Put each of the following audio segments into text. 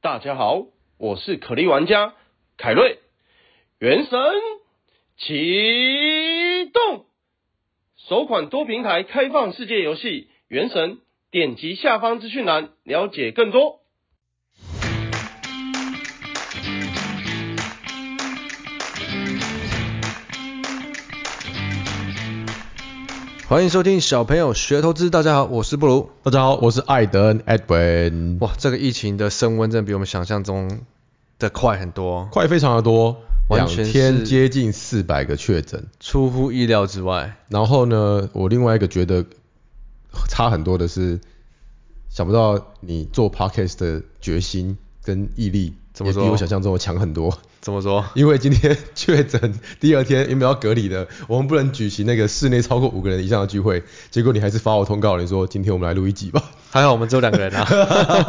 大家好，我是可莉玩家凯瑞。原神启动，首款多平台开放世界游戏《原神》，点击下方资讯栏了解更多。欢迎收听小朋友学投资，大家好，我是布鲁。大家好，我是艾德恩 Edwin，哇，这个疫情的升温真的比我们想象中的快很多，快非常的多，完两全是天接近四百个确诊。出乎意料之外。然后呢，我另外一个觉得差很多的是，想不到你做 podcast 的决心跟毅力，怎么说也比我想象中的强很多。怎么说？因为今天确诊第二天，原本要隔离的，我们不能举行那个室内超过五个人以上的聚会，结果你还是发我通告，你说今天我们来录一集吧。还好我们只有两个人啊。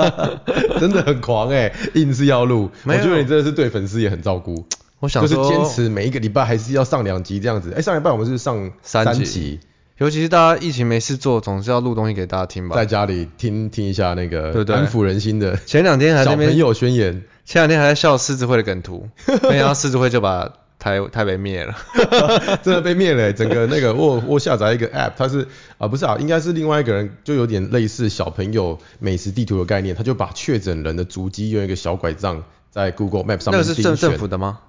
真的很狂哎、硬是要录。我没有觉得你真的是对粉丝也很照顾，我想就是说，坚，持每一个礼拜还是要上两集这样子。哎、上礼拜我们是上三集集，尤其是大家疫情没事做，总是要录东西给大家听吧在。家里听听一下那个对不对安抚人心的前两天还在小那朋边，友宣言。 前两天还在笑狮子会的梗图，没想到狮子会就把台台北灭了。真的被灭了欸、整个那个我我下载一个 app，它是啊不是啊，应该是另外一个人，就有点类似小朋友美食地图的概念，他就把确诊人的足迹用一个小拐杖在 Google Map 上那面个是政精选政府的吗？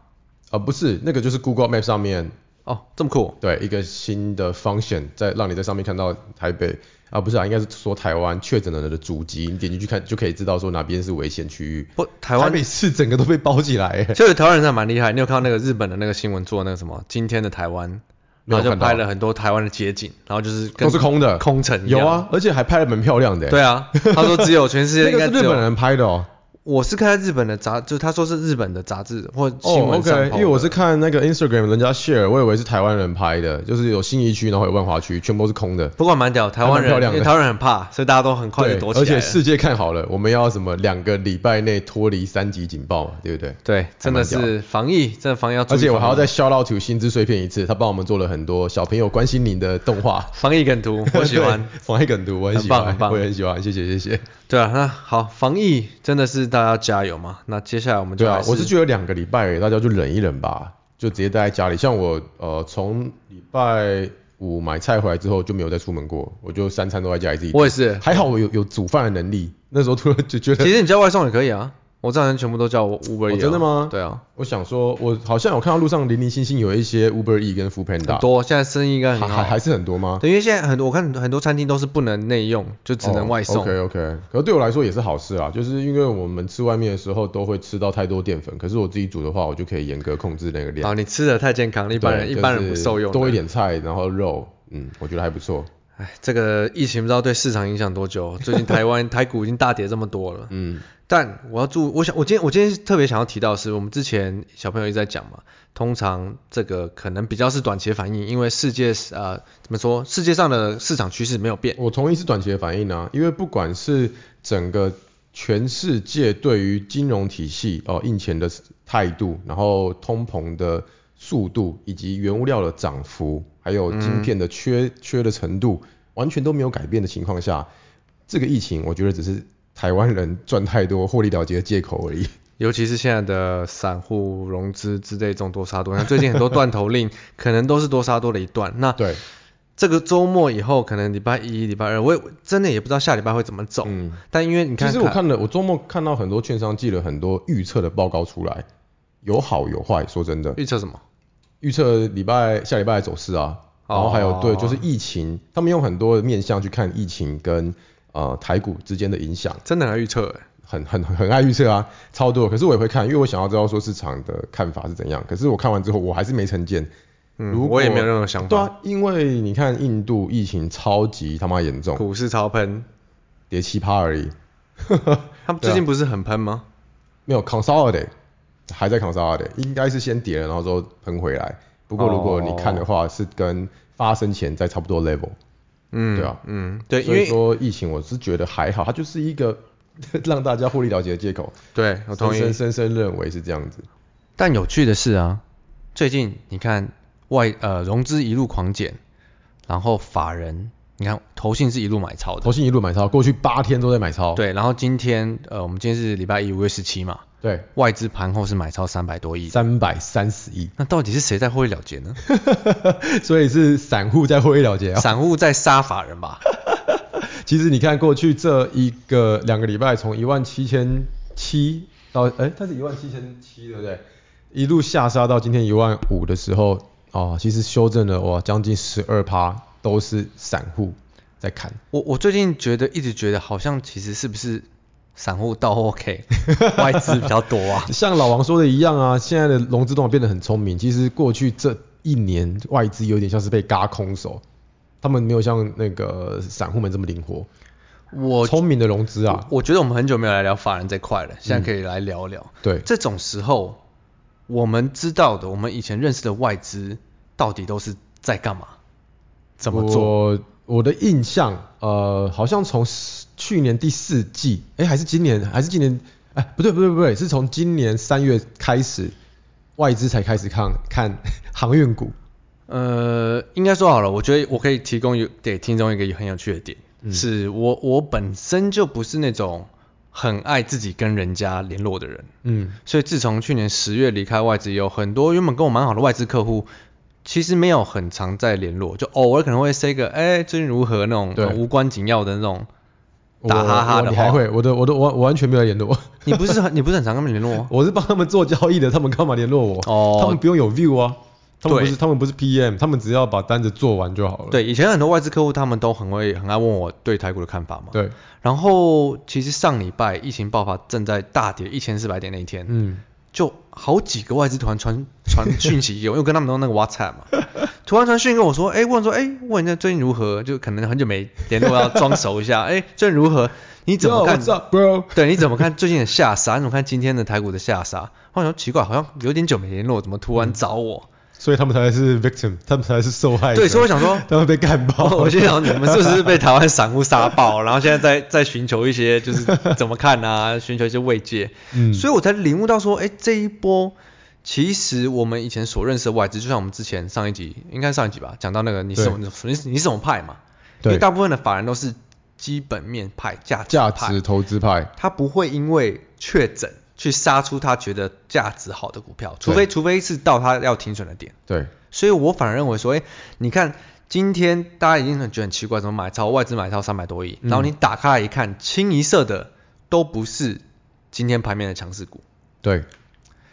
啊不是那个就是 Google Map 上面哦，这么酷，对，一个新的 function 在让你在上面看到台北啊，不是啊，应该是说台湾确诊的人的足迹，你点进去看就可以知道说哪边是危险区域。不，台湾台北市整个都被包起来，欸就有台湾人还蛮厉害，你有看到那个日本的那个新闻做那个什么今天的台湾，没有然后就看到拍了很多台湾的街景，然后就是跟都是空的，空城一样有，啊，而且还拍的蛮漂亮的。欸对，啊，他说只有全世界 那应个该是只日本有，人拍的哦。我是看在日本的杂，就是他说是日本的杂志或新哦闻上、 ，OK，因为我是，看那个 Instagram 人家 share，我以为是台湾人拍的，就是有信义区，然后有万华区，全部都是空的。不过蛮屌，台湾还蛮漂人亮因的为台湾人很怕，所以大家都很快对就，躲起而来了，且世界看好了，我们要什么两个礼拜内脱离三级警报嘛，对不对？对，真的还蛮是防疫，真的防疫要注意而且我还要防疫再 shout out to 心之碎片一次，他帮我们做了很多小朋友关心您的动 画，防疫梗 图，我喜欢。对防疫梗图，我很喜欢，很棒很棒我也很喜欢，谢谢谢谢。对啊，那好，防疫真的是大家加油嘛。那接下来我们就对啊还，我是觉得两个礼拜而已大家就忍一忍吧，就直接待在家里。像我呃，从礼拜五买菜回来之后就没有再出门过，我就三餐都在家里自己。我也是，还好我有有煮饭的能力，那时候突然 就觉得其，实你叫外送也可以啊，我这两天全部都叫我 Uber、哦真的吗对啊，我想说，我好像有看到路上零零星星有一些 Uber E 跟 Food 很 Panda，多，现在生意应该很还还好还。是很多吗？对，因为现在很多我看很多餐厅都是不能内用，就只哦能外送。 OK OK，可是对我来说也是好事啊，就是因为我们吃外面的时候都会吃到太多淀粉，可是我自己煮的话，我就可以严格控制那个量。啊，你吃的太健康，一般人对一般人就不是受用的。多一点菜，然后肉，嗯，我觉得还不错。哎，这个疫情不知道对市场影响 多久。最近台湾台股已经大跌这么多了，嗯，但我要注，我想我今天我今天特别想要提到的是，我们之前小朋友一直在讲嘛，通常这个可能比较是短期的反应，因为世界呃怎么说，世界上的市场趋势没有变。我同意是短期的反应啊，因为不管是整个全世界对于金融体系哦、印钱的态度，然后通膨的速度，以及原物料的涨幅，还有嗯晶片的缺、缺的程度，完全都没有改变的情况下，这个疫情我觉得只是台湾人赚太多获利了结的借口而已。尤其是现在的散户融资之类这种多杀多，像最近很多断 头令可能都是多杀多的一段。那对，这个周末以后，可能礼拜一、礼拜二，我也真的也不知道下礼拜会怎么走。嗯。但因为你看，其实我看了，我周末看到很多券商寄了很多预测的报告出来，有好有坏。说真的，预测什么？预测礼拜下礼拜的走势啊，然后还有、哦对，就是疫情，他们用很多的面向去看疫情跟呃台股之间的影响，真的很难预测哎。很很很爱预测啊，超多。可是我也会看，因为我想要知道说市场的看法是怎样。可是我看完之后，我还是没成见。嗯，如果我也没有任何想对法。啊，因为你看印度疫情超级他妈严重，股市超喷，跌七趴而已， 他们最近不是很喷吗？没有 consolidate，还在 consolidate，应该是先跌了，然后之后喷回来。不过如果你看的话，是跟发生前在差不多 level。嗯，对啊嗯，对，因所以为说疫情，我是觉得还好，它就是一个 让大家获利了结的借口。对我同深意。深深深认为是这样子。但有趣的是啊，最近你看外呃融资一路狂减，然后法人你看投信是一路买超的投，信一路买超，过去八天都在买超。对，然后今天呃我们今天是礼拜一五月十七嘛，对，外资盘后是买超三百多亿的，三哎百三十亿，那到底是谁在获利了结呢？ 所以是散户在获利了结啊。散户在杀法人吧？其实你看过去这一个两个礼拜，从一万七千七到哎，它是一万七千七，对不对？一路下杀到今天一万五的时候，哦，其实修正了哇，将近十二趴，都是散户在砍。我我最近觉得一直觉得好像其实是不是散户到 OK，外资比较多啊？像老王说的一样啊，现在的融资动变得很聪明。其实过去这一年外资有点像是被嘎空手，他们没有像那个散户们这么灵活，我聪明的融资啊，我觉得我们很久没有来聊法人这块了，嗯现在可以来聊聊。对，这种时候，我们知道的，我们以前认识的外资到底都是在干嘛？怎么做？我我的印象，呃，好像从十去年第四季，哎、还是今年，还是今年，哎、不对不对不对，是从今年三月开始，外资才开始看看航运股。呃，应该说好了，我觉得我可以提供有给听众一个很有趣的点，嗯是我我本身就不是那种很爱自己跟人家联络的人，嗯，所以自从去年十月离开外资以后，很多原本跟我蛮好的外资客户，其实没有很常在联络，就偶尔可能会 say 个哎、最近如何那种对呃无关紧要的那种我打哈哈我的你还话会，我的我的我我完全没有联络，你不是很你不是很常跟他们联络啊吗？我是帮他们做交易的，他们干嘛联络我？哦他们不用有 view 啊，他们不对是他们不是 PM，他们只要把单子做完就好了。对，以前很多外资客户他们都很会很爱问我对台股的看法嘛。。对，然后其实上礼拜疫情爆发正在大跌一千四百点那一天，嗯，就好几个外资团传传讯息给我，因为我跟他们都那个 WhatsApp 嘛，突然传讯跟我说，哎、问说，哎、问人家最近如何，就可能很久没联络，要装熟一下，哎、 最近如何？你怎么 Yo, 看？ what's up, bro？对，你怎么看最近的下杀？你怎么看今天的台股的下杀？我想奇怪，好像有点久没联络，怎么突然找我？所以他们才是 victim，他们才是受害者。对，所以我想说， 他们被干爆了。 我心想，你们是不是被台湾散户杀爆？然后现在在在寻求一些就是怎么看啊，寻求一些慰藉。 嗯所以我才领悟到说，哎、这一波其实我们以前所认识的外资，就像我们之前上一集，应该上一集吧，讲到那个你是什么你是你是什么派嘛？因对为大部分的法人都是基本面派、价值价派值，投资派，他不会因为确诊去杀出他觉得价值好的股票，除对非除非是到他要停损的点。对，所以我反而认为说，哎、你看今天大家已经很觉得很奇怪，怎么买超外资买超三百多亿，嗯然后你打开来一看，清一色的都不是今天盘面的强势股。对，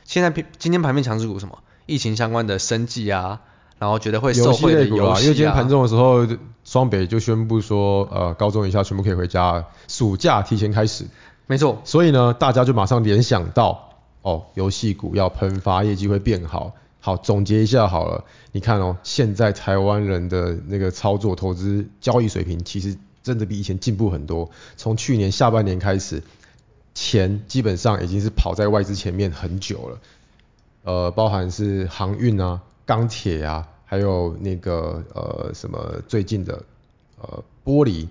现在今天盘面强势股是什么？疫情相关的生计啊，然后觉得会受游戏惠的类股游啦，因戏为今天啊盘，中的时候，双北就宣布说，呃，高中以下全部可以回家，暑假提前开始，没错，所以呢，大家就马上联想到，哦，游戏股要喷发，业绩会变好。好，总结一下好了，你看哦，现在台湾人的那个操作、投资、交易水平，其实真的比以前进步很多。从去年下半年开始，钱基本上已经是跑在外资前面很久了。呃，包含是航运啊、钢铁啊，还有那个呃什么最近的呃玻璃，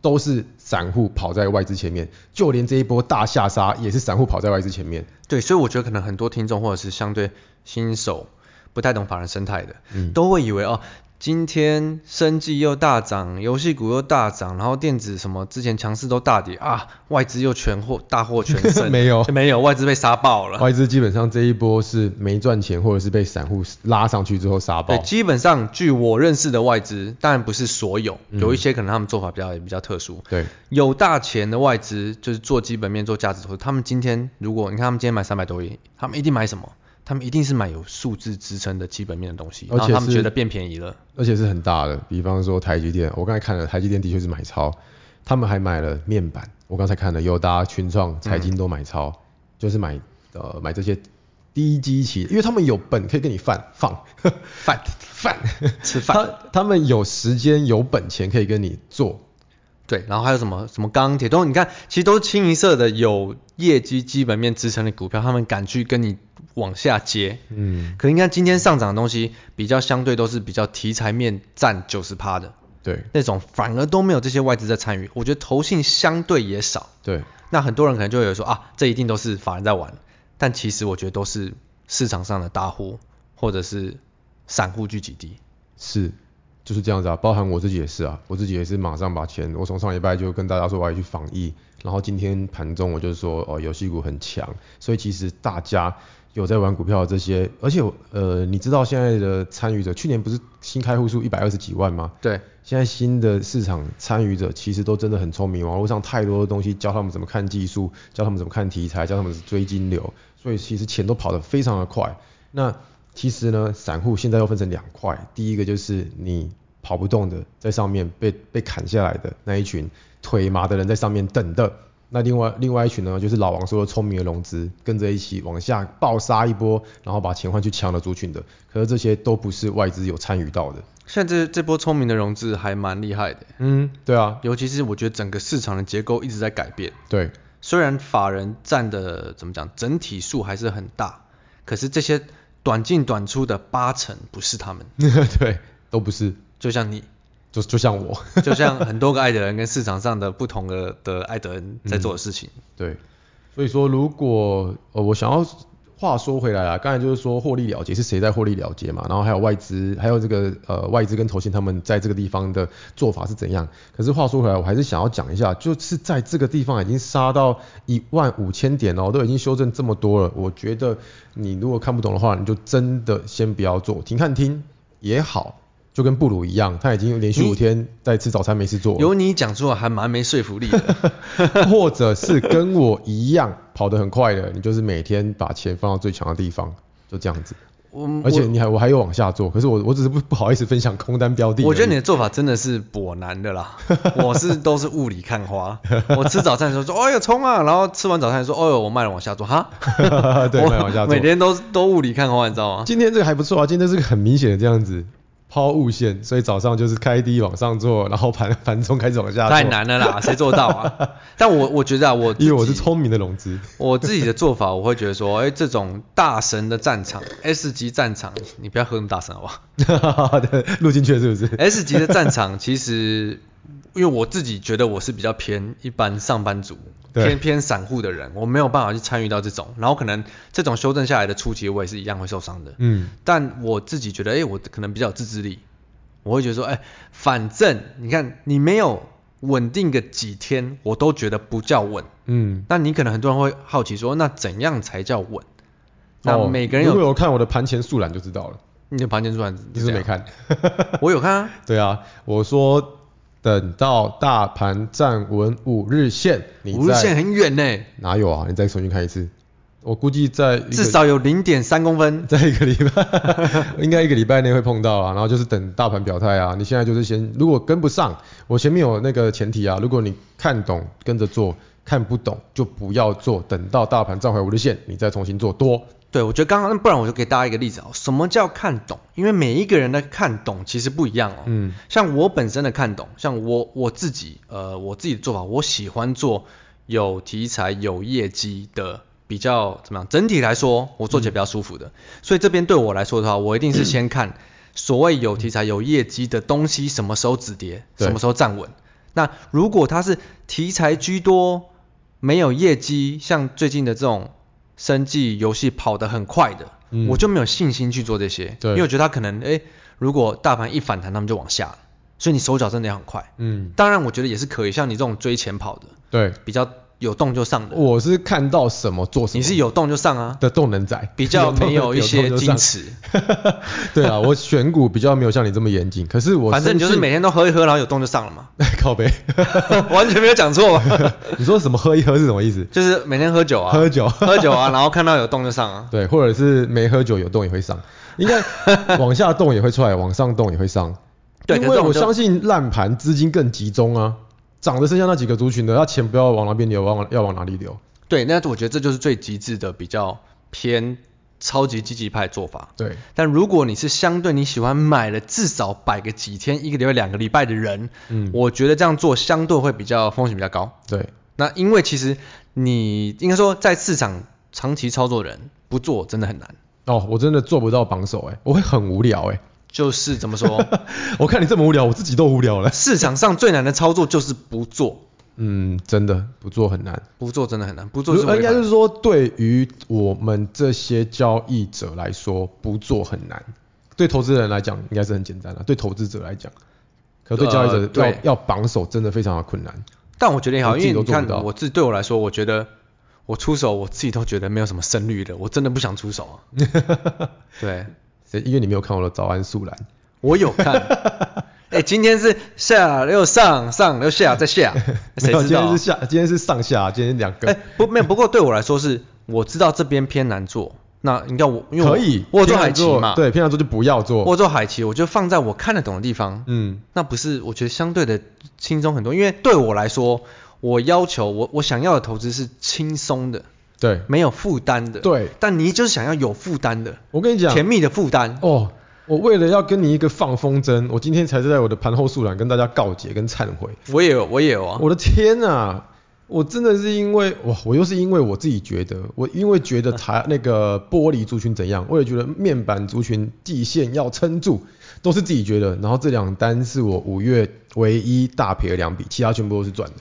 都是散户跑在外资前面，就连这一波大下杀也是散户跑在外资前面。对，所以我觉得可能很多听众或者是相对新手不太懂法人生态的，嗯，都会以为哦，今天生技又大涨，游戏股又大涨，然后电子什么之前强势都大跌啊，外资又全获大获全 胜，没有 哦没有，外资被杀爆了。外资基本上这一波是没赚钱，或者是被散户拉上去之后杀对，爆。基本上据我认识的外资，当然不是所有，嗯有一些可能他们做法比较也比较特殊。对，有大钱的外资，就是做基本面、做价值投资，他们今天如果你看他们今天买三百多亿，他们一定买什么？他们一定是买有数字支撑的基本面的东西，而然后且他们是觉得变便 宜了。而且是很大的，比方说台积电，我刚才看了，台积电的确是买超，他们还买了面板，我刚才看了友达、群创、财经都买超，就是买呃买这些低基期，因为他们有本可以跟你放放饭 放，吃饭他。他们有时间有本钱可以跟你做，对，然后还有什么什么钢铁都，你看，其实都是清一色的有业绩基本面支撑的股票，他们敢去跟你往下接。嗯，可是你看今天上涨的东西，比较相对都是比较题材面占九十趴的对那种，反而都没有这些外资在参与。我觉得投信相对也少，对，那很多人可能就会有说啊，这一定都是法人在玩，但其实我觉得都是市场上的大户或者是散户聚集地。是，就是这样子啊，包含我自己也是啊，我自己也是马上把钱，我从上礼拜就跟大家说我要去防疫，然后今天盘中我就说哦，游戏股很强，所以其实大家有在玩股票的这些，而且我呃，你知道现在的参与者，去年不是新开户数一百二十几万吗？对，现在新的市场参与者其实都真的很聪明，网络上太多的东西教他们怎么看技术，教他们怎么看题材，教他们追金流，所以其实钱都跑得非常的快。那其实呢，散户现在又分成两块，第一个就是你跑不动的，在上面被被砍下来的那一群腿麻的人在上面等的，那另外另外一群呢，就是老王说的聪明的融资，跟着一起往下暴杀一波，然后把钱换去抢了族群的，可是这些都不是外资有参与到的。现在这这波聪明的融资还蛮厉害的，嗯，对啊，尤其是我觉得整个市场的结构一直在改变，对，虽然法人占的怎么讲，整体数还是很大，可是这些短进短出的八成不是他们， 对，都不是，就像你，就就像我，就像很多个艾德人跟市场上的不同的的艾德人在做的事情，对，所以说如果呃我想要话说回来啊，刚才就是说获利了结是谁在获利了结嘛，然后还有外资，还有这个呃外资跟投信他们在这个地方的做法是怎样。可是话说回来，我还是想要讲一下，就是在这个地方已经杀到一万五千点哦，都已经修正这么多了，我觉得你如果看不懂的话，你就真的先不要做，停看听也好。就跟布鲁一样，他已经连续五天在吃早餐没事做了。由你讲出来还蛮没说服力的， 或者是跟我一样跑得很快的，你就是每天把钱放到最强的地方，就这样子。我嗯 而且你还我还有往下做，可是我我只是不不好意思分享空单标的而已。我觉得 你的做法真的是颇难的啦，我是都是雾里看花。我吃早餐的时候说，哎呦冲啊，然后吃完早餐说，哎呦我卖了往下做哈，对，我没有往下做每。天都都雾里看花，你知道吗？今天这个还不错啊，今天这个很明显的这样子抛物线，所以早上就是开低往上做，然后盘盘中开始往下做。太，难了啦，谁做 到啊？但我我觉得啊，我自因为我是己聪明的融资。 我自己的做法，我会觉得说，哎、这种大神的战场，S 级战场，你不要喝那么大声好不好？对，录进去了是不是？ S 级的战场其实，因为我自己觉得我是比较偏一般上班族，对偏偏散户的人，我没有办法去参与到这种，然后可能这种修正下来的初期，我也是一样会受伤的。嗯，但我自己觉得，哎、我可能比较有自制力，我会觉得说，哎、反正你看你没有稳定个几天，我都觉得不叫稳。嗯，那你可能很多人会好奇说，那怎样才叫稳？那哦每个人如果有、有看我的盘前速览就知道了，你的盘前转，你是不是没，看？我有看啊。对啊，我说等到大盘站稳五日线， 你五日再线很远呢、哪有啊？你再重新看一次，我估计在一个至少有零点三公分。 在一个礼拜， 应该一个礼拜内会碰到啊。然后就是等大盘表态啊。你现在就是先，如果跟不上，我前面有那个前提啊，如果你看懂跟着做，看不懂就不要做，等到大盘站回五日线，你再重新做多。对，我觉得刚刚，不然我就给大家一个例子哦，什么叫看懂？因为每一个人的看懂其实不一样哦。嗯，像我本身的看懂，像我我自己，呃，我自己的做法，我喜欢做有题材、有业绩的，比较怎么样？整体来说，我做起来比较舒服的。所以这边对我来说的话，我一定是先看所谓有题材、有业绩的东西什么时候止跌，对什么时候站稳。那如果它是题材居多，没有业绩，像最近的这种生计游戏跑得很快的，嗯我就没有信心去做这些，对因为我觉得它可能，诶，如果大盘一反弹，他们就往下了，所以你手脚真的要很快。嗯，当然，我觉得也是可以，像你这种追前跑的，对，比较有动就上的，我是看到什么做什么。你是有动就上啊，的动能仔，比较没有一些动就矜上持， 对啊，我选股比较没有像你这么严谨，可是我反正你就是每天都喝一喝，然后有动就上了嘛， 靠背， 完全没有讲错吧？ 你说什么喝一喝是什么意思？就是每天喝酒啊，喝酒 喝酒啊，然后看到有动就上啊。对，或者是没喝酒有动也会上，应 该往下动也会出来，往上动也会上。对可因是为我我就相信烂盘资金更集中啊，涨的剩下那几个族群的，那钱不要往哪边流，往要往哪里流。对，那我觉得这就是最极致的，比较偏超级积极派做法。对，但如果你是相对你喜欢买了至少摆个几天、一个礼拜、两个礼拜的人，嗯我觉得这样做相对会比较风险比较高。对，那因为其实你应该说在市场长期操作的人不做真的很难，哦，我真的做不到榜首哎、我会很无聊哎、 就是怎么说，我看你这么无聊，我自己都无聊了。市场上最难的操作就是不做，嗯，真的不做很难。不做真的很难，不做如呃是应违该法是说，对于我们这些交易者来说，不做很难。对投资人来讲应该是很简单了，啊对投资者来讲，可对呃交易者要、对要绑手真的非常的困难。但我觉得也好，我因自己为都你做不看到我自对我来说，我觉得我出手我自己都觉得没有什么胜率的，我真的不想 出手啊。对，谁因为你没有看我的早安素兰，我有看。 哎、今天是下又上，上又下 再下，谁没有知今道啊、天是下，今天是上下，啊今天两个。哎、不，没有。不过对我来说是，我知道这边偏难做，那应该我因为我可以，我有做偏向海奇做嘛，，对，偏向做就不要做。我有做海奇，我就放在我看得懂的地方，嗯，那不是我觉得相对的轻松很多，因为对我来说，我要求我我想要的投资是轻松的，对，没有负担的。对但你就是想要有负担的，我跟你讲，甜蜜的负担。哦，我为了要跟你一个放风筝，我今天才是在我的盘后素兰跟大家告解跟忏悔。我也有，我也有啊。我的天呐、我真的是因为哇，我又是因为我自己觉得，我因为觉得台那个玻璃族群怎样，我也觉得面板族群季线要撑住，都是自己觉得。然后这两单是我五月唯一大赔了两笔，其他全部都是赚的。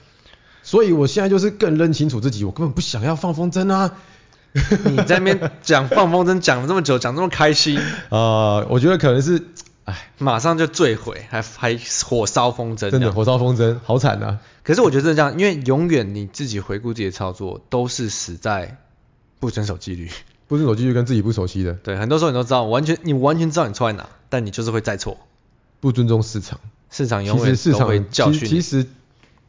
所以我现在就是更认清楚自己，我根本不想要放风筝啊。 你在那边讲放风筝讲了这么久，讲这么开 心，呃，我觉得可能是，哎，马上就坠毁，还还火烧风筝。真的。火烧风筝，好惨啊呐、可是我觉得真的这样，因为永远你自己回顾自己的操作，都是死在不遵守纪律。不是手机就跟自己不熟悉的， 对，很多时候你都知道，完全你完全知道你错在哪，但你就是会再错。不尊重市场。市场其永实远市都会场教其训其你。实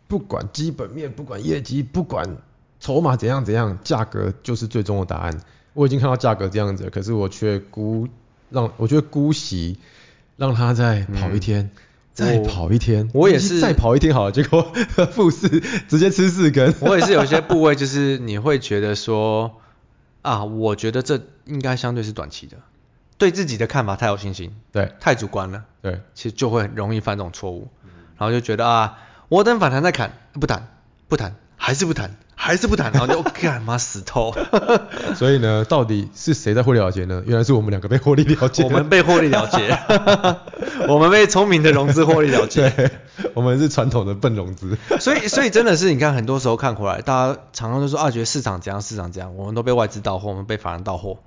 不管基本面，不管业绩，不管筹码怎样怎样，价格就是最终的答案。我已经看到价格这样子了，可是我却估让我觉得姑息让它再跑一天，再我跑一天，嗯我也已经是再跑一天好了，结果 负四直接吃四根。 我也是有些部位，就是你会觉得说，啊，我觉得这应该相对是短期的，对自己的看法太有信心， 对太主观了，对，其实就会很容易犯这种错误，然后就觉得啊，我等反弹再砍，不谈，不谈，还是不谈，还是不谈，然后就 干嘛死透，所以呢，到底是谁在获利了结呢？原来是我们两个被获利了结，我们被获利了结， 我们被聪明的融资获利了 结。对，我们是传统的笨融资。 所以，所以真的是你看，很多时候看回来，大家常常都说啊，觉得市场怎样，市场怎样，我们都被外资到货，我们被法人到货。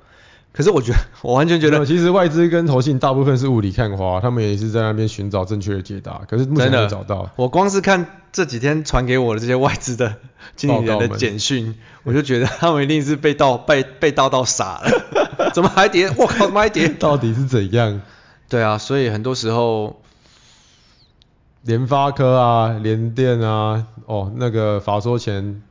可是我 觉得，我完全觉没有得，其实外资跟投信大部分是雾里看花，他们也是在那边寻找正确的解答，可是目前真没有的找到。我光是看这几天传给我的这些外资的经理人报告的们简讯，我就觉得他们一定是被盗被被盗到傻 了，怎么还跌？我靠，怎么还跌？到底是怎样？ 对啊，所以很多时候，联发科啊，联电啊，哦，那个法说前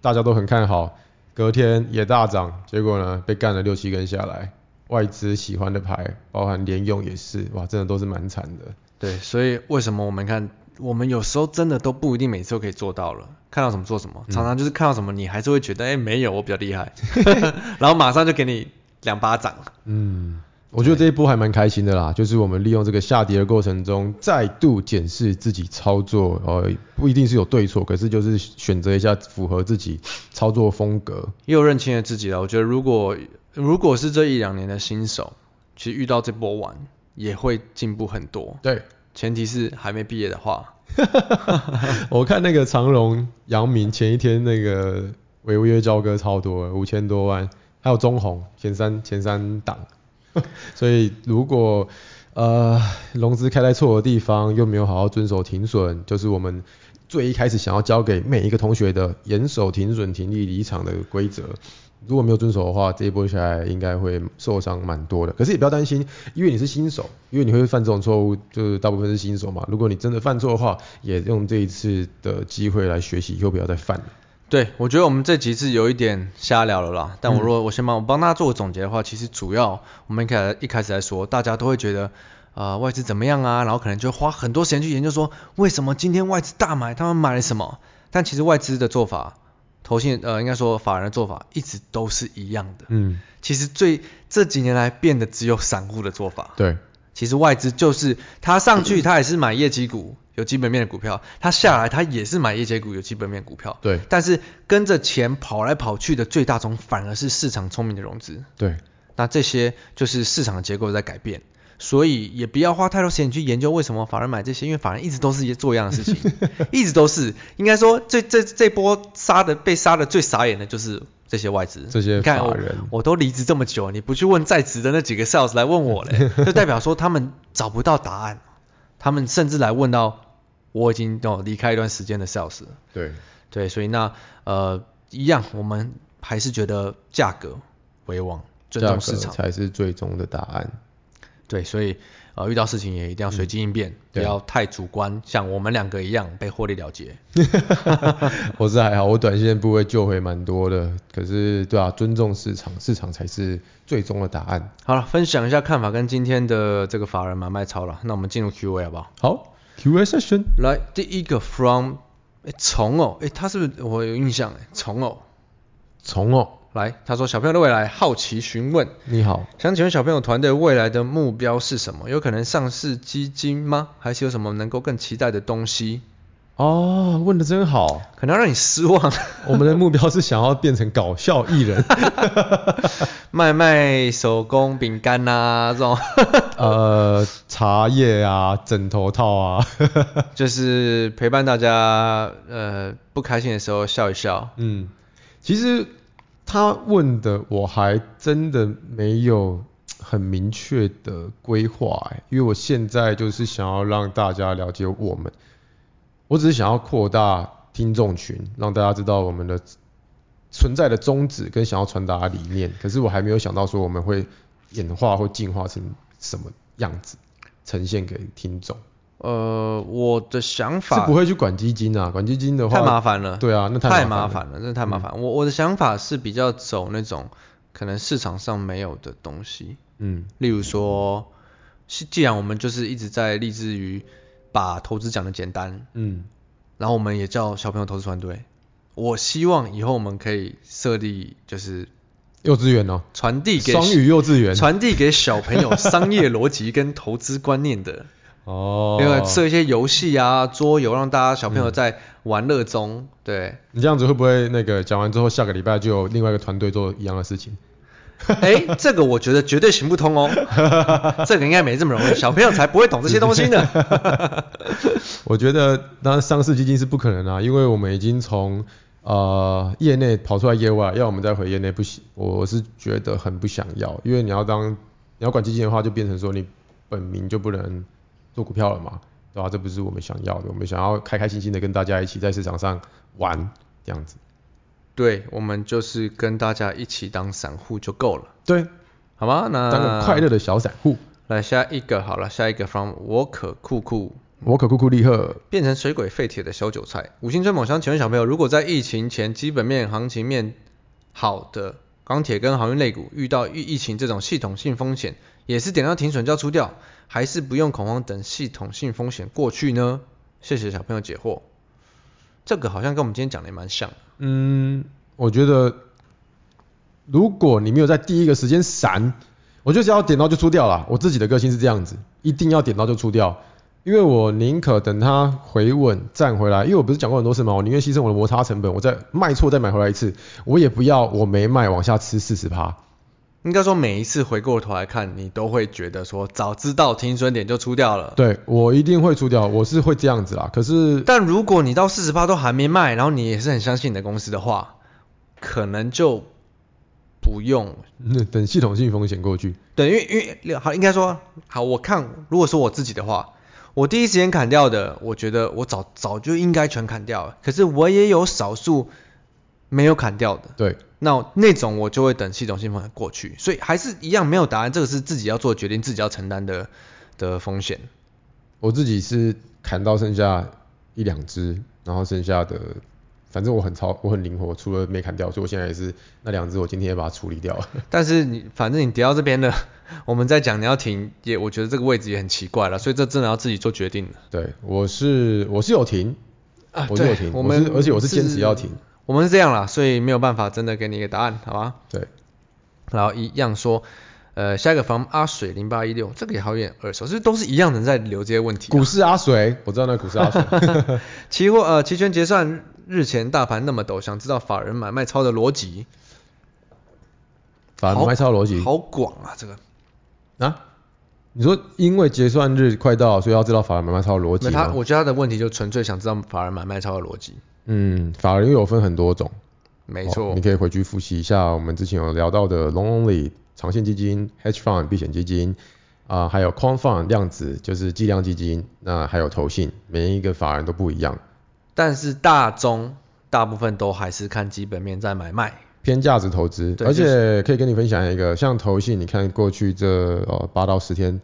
大家都很看好，隔天也大涨，结果呢被干了六七根下来。外资喜欢的牌，包含联用也是，哇，真的都是蛮惨的。对，所以为什么我们看，我们有时候真的都不一定每次都可以做到了，看到什么做什么，常常就是看到什么，你还是会觉得，哎、没有，我比较厉害，然后马上就给你两巴掌。嗯，我觉得这一波还蛮开心的啦，就是我们利用这个下跌的过程中，再度检视自己操作，呃，不一定是有对错，可是就是选择一下符合自己操作风格。也有认清了自己了。我觉得如果如果是这一两年的新手，其实遇到这波玩也会进步很多，对，前提是还没毕业的话。 我看那个长荣、阳明前一天那个违约交割超多的，五千多万，还有中红前三前三档， 所以如果呃融资开在错的地方，又没有好好遵守停损，就是我们最一开始想要教给每一个同学的严守停损、停利、离场的规则。如果没有遵守的话，这一波下来应该会受伤蛮多的。可是也不要担心，因为你是新手，因为你会犯这种错误，就是大部分是新手嘛。如果你真的犯错的话，也用这一次的机会来学习，以后不要再犯了。对，我觉得我们这集是有一点瞎聊了啦。但我如果我先帮我帮大家做个总结的话，其实主要我们一开一开始来说，大家都会觉得呃外资怎么样啊，然后可能就花很多时间去研究说为什么今天外资大买，他们买了什么。但其实外资的做法，投信呃应该说法人的做法一直都是一样的。嗯，其实最这几年来变得只有散户的做法。对，其实外资就是它上去，它也是买业绩股，有基本面的股票；它下来，它也是买业绩股，有基本面的股票。对但是跟着钱跑来跑去的最大宗，反而是市场聪明的融资。对，那这些就是市场的结构在改变，所以也不要花太多时间去研究为什么法人买这些，因为法人一直都是做一样的事 情，一直都是。应该说这这这波杀的被杀的最傻眼的就是这些外资。这些你看法我人我都离职这么久，你不去问在职的那几个 sales 来问 我嘞，就代表说他们找不到答案，他们甚至来问到我已经哦离开一段时间的 sales 了。对，对，所以那呃一样，我们还是觉得价格为王，尊重市价场格。才是最终的答案。对，所以呃遇到事情也一定要随机应变，不嗯对要太主观，像我们两个一样被获利了结。我是啊还好，我短线部位救回蛮多的，可是对啊，尊重市场，市场才是最终的答案。好了，分享一下看法跟今天的这个法人买卖超了，那我们进入 Q&A 好不好？好，Q&A session，来，第一个 from 诶虫哦，诶，他是不是我有印象诶，虫哦，虫哦，来，他说小朋友的未来好奇询问，你好，想请问小朋友团队未来的目标是什么？有可能上市基金吗？还是有什么能够更期待的东西？哦，问的真好。可能要让你失望。 我们的目标是想要变成搞笑艺人， 卖卖手工饼干呐、这种 呃，茶叶啊，枕头套啊，就是陪伴大家呃不开心的时候笑一笑。嗯，其实他问的我还真的没有很明确的规划、欸，因为我现在就是想要让大家了解我们，我只是想要扩大听众群，让大家知道我们的存在的宗旨跟想要传达的理念。可是我还没有想到说我们会演化或进化成什么样子，呈现给听众。呃，我的想是法不会去管基金啊，管基金的话太麻烦了，对啊，那太太麻麻烦了。嗯烦了，真的太麻烦。我我的想法是比较走那种可能市场上没有的东西，嗯，例如说，是既然我们就是一直在立志于把投资讲的简单，嗯，然后我们也叫小朋友投资团队。我希望以后我们可以设立，就是幼稚园哦、传递给双语幼稚园传递给小朋友商业逻辑跟投资观念的， 哦，另外设一些游戏啊、桌游，让大家小朋友在玩乐中， 对，你这样子会不会那个讲完之后，下个礼拜就有另外一个团队做一样的事情？哎，这个我觉得绝对行不通哦，这个应该没这么容易，小朋友才不会懂这些东西呢。我觉得当然上市基金是不可能啊，因为我们已经从呃业内跑出来业外，要我们再回业内不行，我是觉得很不想要，因为你要当你要管基金的话，就变成说你本名就不能做股票了嘛，对吧、这不是我们想要的，我们想要开开心心的跟大家一起在市场上玩这样子。对，我们就是跟大家一起当散户就够了，对，好吗？那当个快乐的小散户，来下一个好了，下一个 from 我可酷酷我可酷酷利赫。变成水鬼废铁的小韭菜。五星追猛想请问小朋友，如果在疫情前基本面、行情面好的钢铁跟航运类股遇到疫疫情这种系统性风险，也是点到停损就要出掉，还是不用恐慌等系统性风险过去呢？谢谢小朋友解惑。这个好像跟我们今天讲的也蛮像的。嗯，我觉得如果你没有在第一个时间闪，我就只要点到就出掉了。我自己的个性是这样子，一定要点到就出掉，因为我宁可等它回稳站回来，因为我不是讲过很多次嘛，我宁愿牺牲我的摩擦成本，我再卖错再买回来一次，我也不要我没卖往下吃四十趴。应该说每一次回过头来看，你都会觉得说早知道停损点就出掉了。对我一定会出掉，我是会这样子啦。可是但如果你到四十八都还没卖，然后你也是很相信你的公司的话，可能就不用。嗯等系统性风险过去，对，因为因为好，应该说好，我看如果说我自己的话，我第一时间砍掉的，我觉得我早早就应该全砍掉了。可是我也有少数没有砍掉的，对，那那种我就会等系统性风险过去。所以还是一样没有答案，这个是自己要做的决定，自己要承担的的风险。我自己是砍到剩下一两只，然后剩下的反正我很超，我很灵活，除了没砍掉，所以我现在也是那两只，我今天也把它处理 掉了。但是你反正你跌到这边了，我们再讲你要停也，我觉得这个位置也很奇怪了，所以这真的要自己做决定了。对，我是我是有停，啊我是有停，我是们而且我是坚持要停。我们是嗯这样啦，所以没有办法真的给你一个答案，好吧？对，然后一样说，呃，下一个房阿水零八一六，这个也好有点耳熟，是不是都是一样的人在留这些问题、啊股。市阿水，我知道那股市阿水， 期货呃期权结算日前大盘那么陡，想知道法人买卖超的逻辑，反正卖超逻辑好广啊这个。啊。你说因为结算日快到，所以要知道法人买卖超逻辑那他吗？我觉得他的问题就纯粹想知道法人买卖超的逻辑。嗯，法人又有分很多种，没哦错你，可以回去复习一下我们之前有聊到的 long only 长线基金、hedge fund 避险基金啊、还有 quant fund 量子就是计量基金，那还有投信，每一个法人都不一样，但是大宗大部分都还是看基本面在买卖。偏价值投资，对而就且可以跟你分享一个，像投信，你看过去这呃八到十天，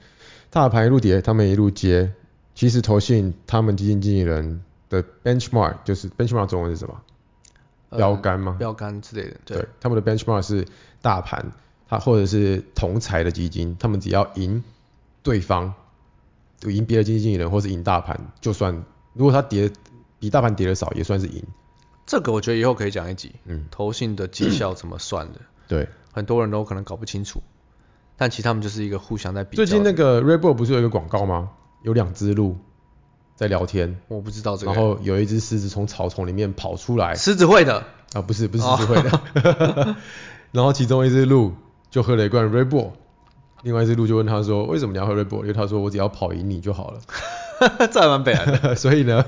大盘一路跌，他们一路接，其实投信他们基金经理人的 benchmark 就是 benchmark 中文是什么？呃标杆吗？标杆之类的，对，对，他们的 benchmark 是大盘，它或者是同财的基金，他们只要赢对方，就赢别的基金经理人，或是赢大盘，就算如果它跌比大盘跌的少，也算是赢。这个我觉得以后可以讲一集，嗯，投信的绩效怎么算的，对。很多人都可能搞不清楚，但其实他们就是一个互相在比最较的。近那个 r e b o 不是有一个广告吗？有两只鹿在聊天，我不知道这个，然后有一只狮子从草丛里面跑出来，狮子会的， 啊，不是不是狮子会的，哦 然后其中一只鹿就喝了一罐 r e b o 另外一只鹿就问他说：“为什么你要喝 r e b o 因为他说：“我只要跑赢你就好了。”这还蛮北蓝 的。所以呢，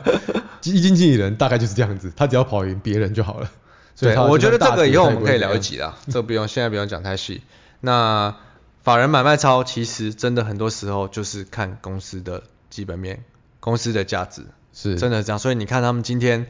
基金经理人大概就是这样子，他只要跑赢别人就好了。所以对，他我觉得就算这大个跌以后我他也们不会可以怎聊一样集啦，这不用现在不用讲太细。那法人买卖超其实真的很多时候就是看公司的基本面、公司的价值，是真的是这样。所以你看他们今天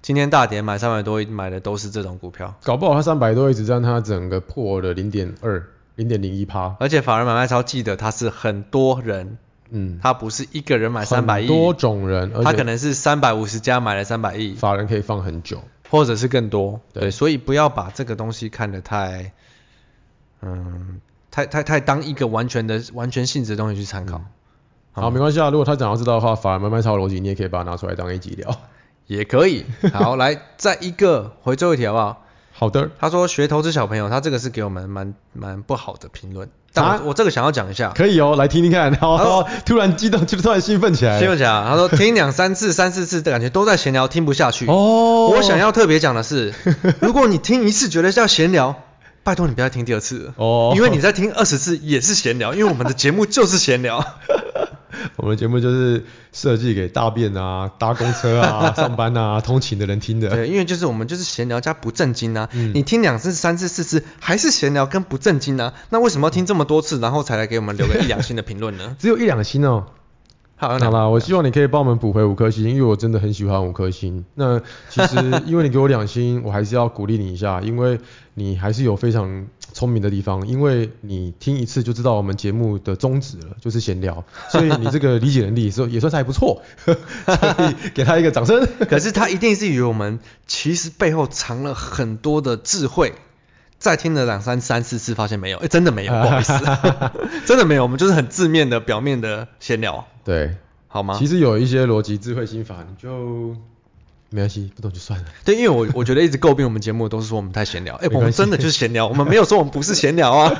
今天大跌买三百多亿买的都是这种股票，搞不好他三百多一直占他整个破了零点二、零点零一趴。而且法人买卖超记得它是很多人，嗯，它不是一个人买三百很多亿，种人，而它且可能是三百五十家买了三百亿，法人可以放很久。或者是更多。对对，所以不要把这个东西看得太，嗯，太太太当一个完全的完全性质的东西去参考，好，没关系啊，如果他想要知道的话，法人买卖超逻辑，你也可以把它拿出来当一集聊。也可 以。好，来再一个回最后一题好不 好？好的，他说学投资小朋友，他这个是给我们蛮蛮不好的评论，但我、啊我这个想要讲一下。可以哦，来听听看。 好，好突然激动，就突然兴奋起来谢了。文强，他说听两三次、三四次的感觉都在闲聊，听不下去。哦，我想要特别讲的是，如果你听一次觉得叫闲聊，拜托你不要听第二次了。哦，因为你在听二十次也是闲聊，因为我们的节目就是闲聊。 我们的节目就是设计给大便 啊、搭公车啊、上班啊、通勤的人听的。 对，因为就是我们就是闲聊加不正经啊。嗯？你听两次、三次、四次还是闲聊跟不正经啊，那为什么要听这么多次，然后才来给我们留个一两星的评论呢 只有一两星哦。好，好那啦，我希望你可以帮我们补回五颗星，因为我真的很喜欢五颗星。那其 实因为你给我两星，我还是要鼓励你一下，因为你还是有非常聪明的地方，因为你听一次就知道我们节目的宗旨了，就是闲聊，所以你这个理解能力是也算是还不 错，所以给他一个掌声。 可是他一定是以为我们其实背后藏了很多的智慧。再听了两三三四次，发现没有，哎、真的没有，不好意 思，真的没有，我们就是很字面的、表面的闲聊，对，好吗？其实有一些逻辑智慧心法，你就没关系，不懂就算 了。对，因为我我觉得一直诟病我们节目都是说我们太 闲聊，哎、没我们关系真的就是闲聊，我们没有说我们不是闲聊啊，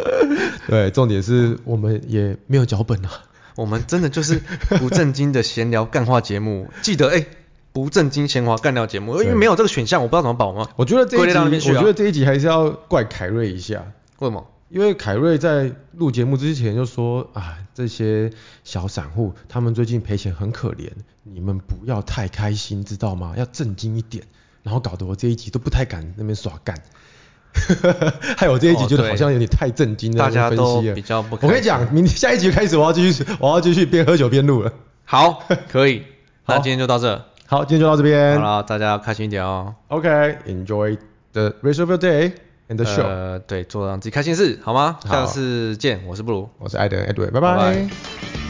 对，重点是我们也没有脚本啊。我们真的就是不正经的闲聊干话节目。记得哎、不正经闲话干聊节目，因为对没有这个选项，我不知道怎么把我们我觉得这归类到那一边集，去我啊觉得这一集还是要怪凯瑞一下。为什么？因为凯瑞在录节目之前就说啊，这些小散户他们最近赔钱很可怜，你们不要太开心，知道吗？要正经一点。然后搞得我这一集都不太敢那边耍干， 害我这一集哦觉得对好像有点太震惊了，哦大家分析都了比较不开心我跟你讲，明天下一集开始我要继续，我要继续边喝酒边录了。 好，可以，那好今天就到这，好，今天就到这好边。了，大家开心一点哦。 OK，enjoy、the rest of your day and the Uh， show、呃，对，做让自己开心的事，好吗？好下次见，我是布鲁。我是艾登 Edward，拜拜拜拜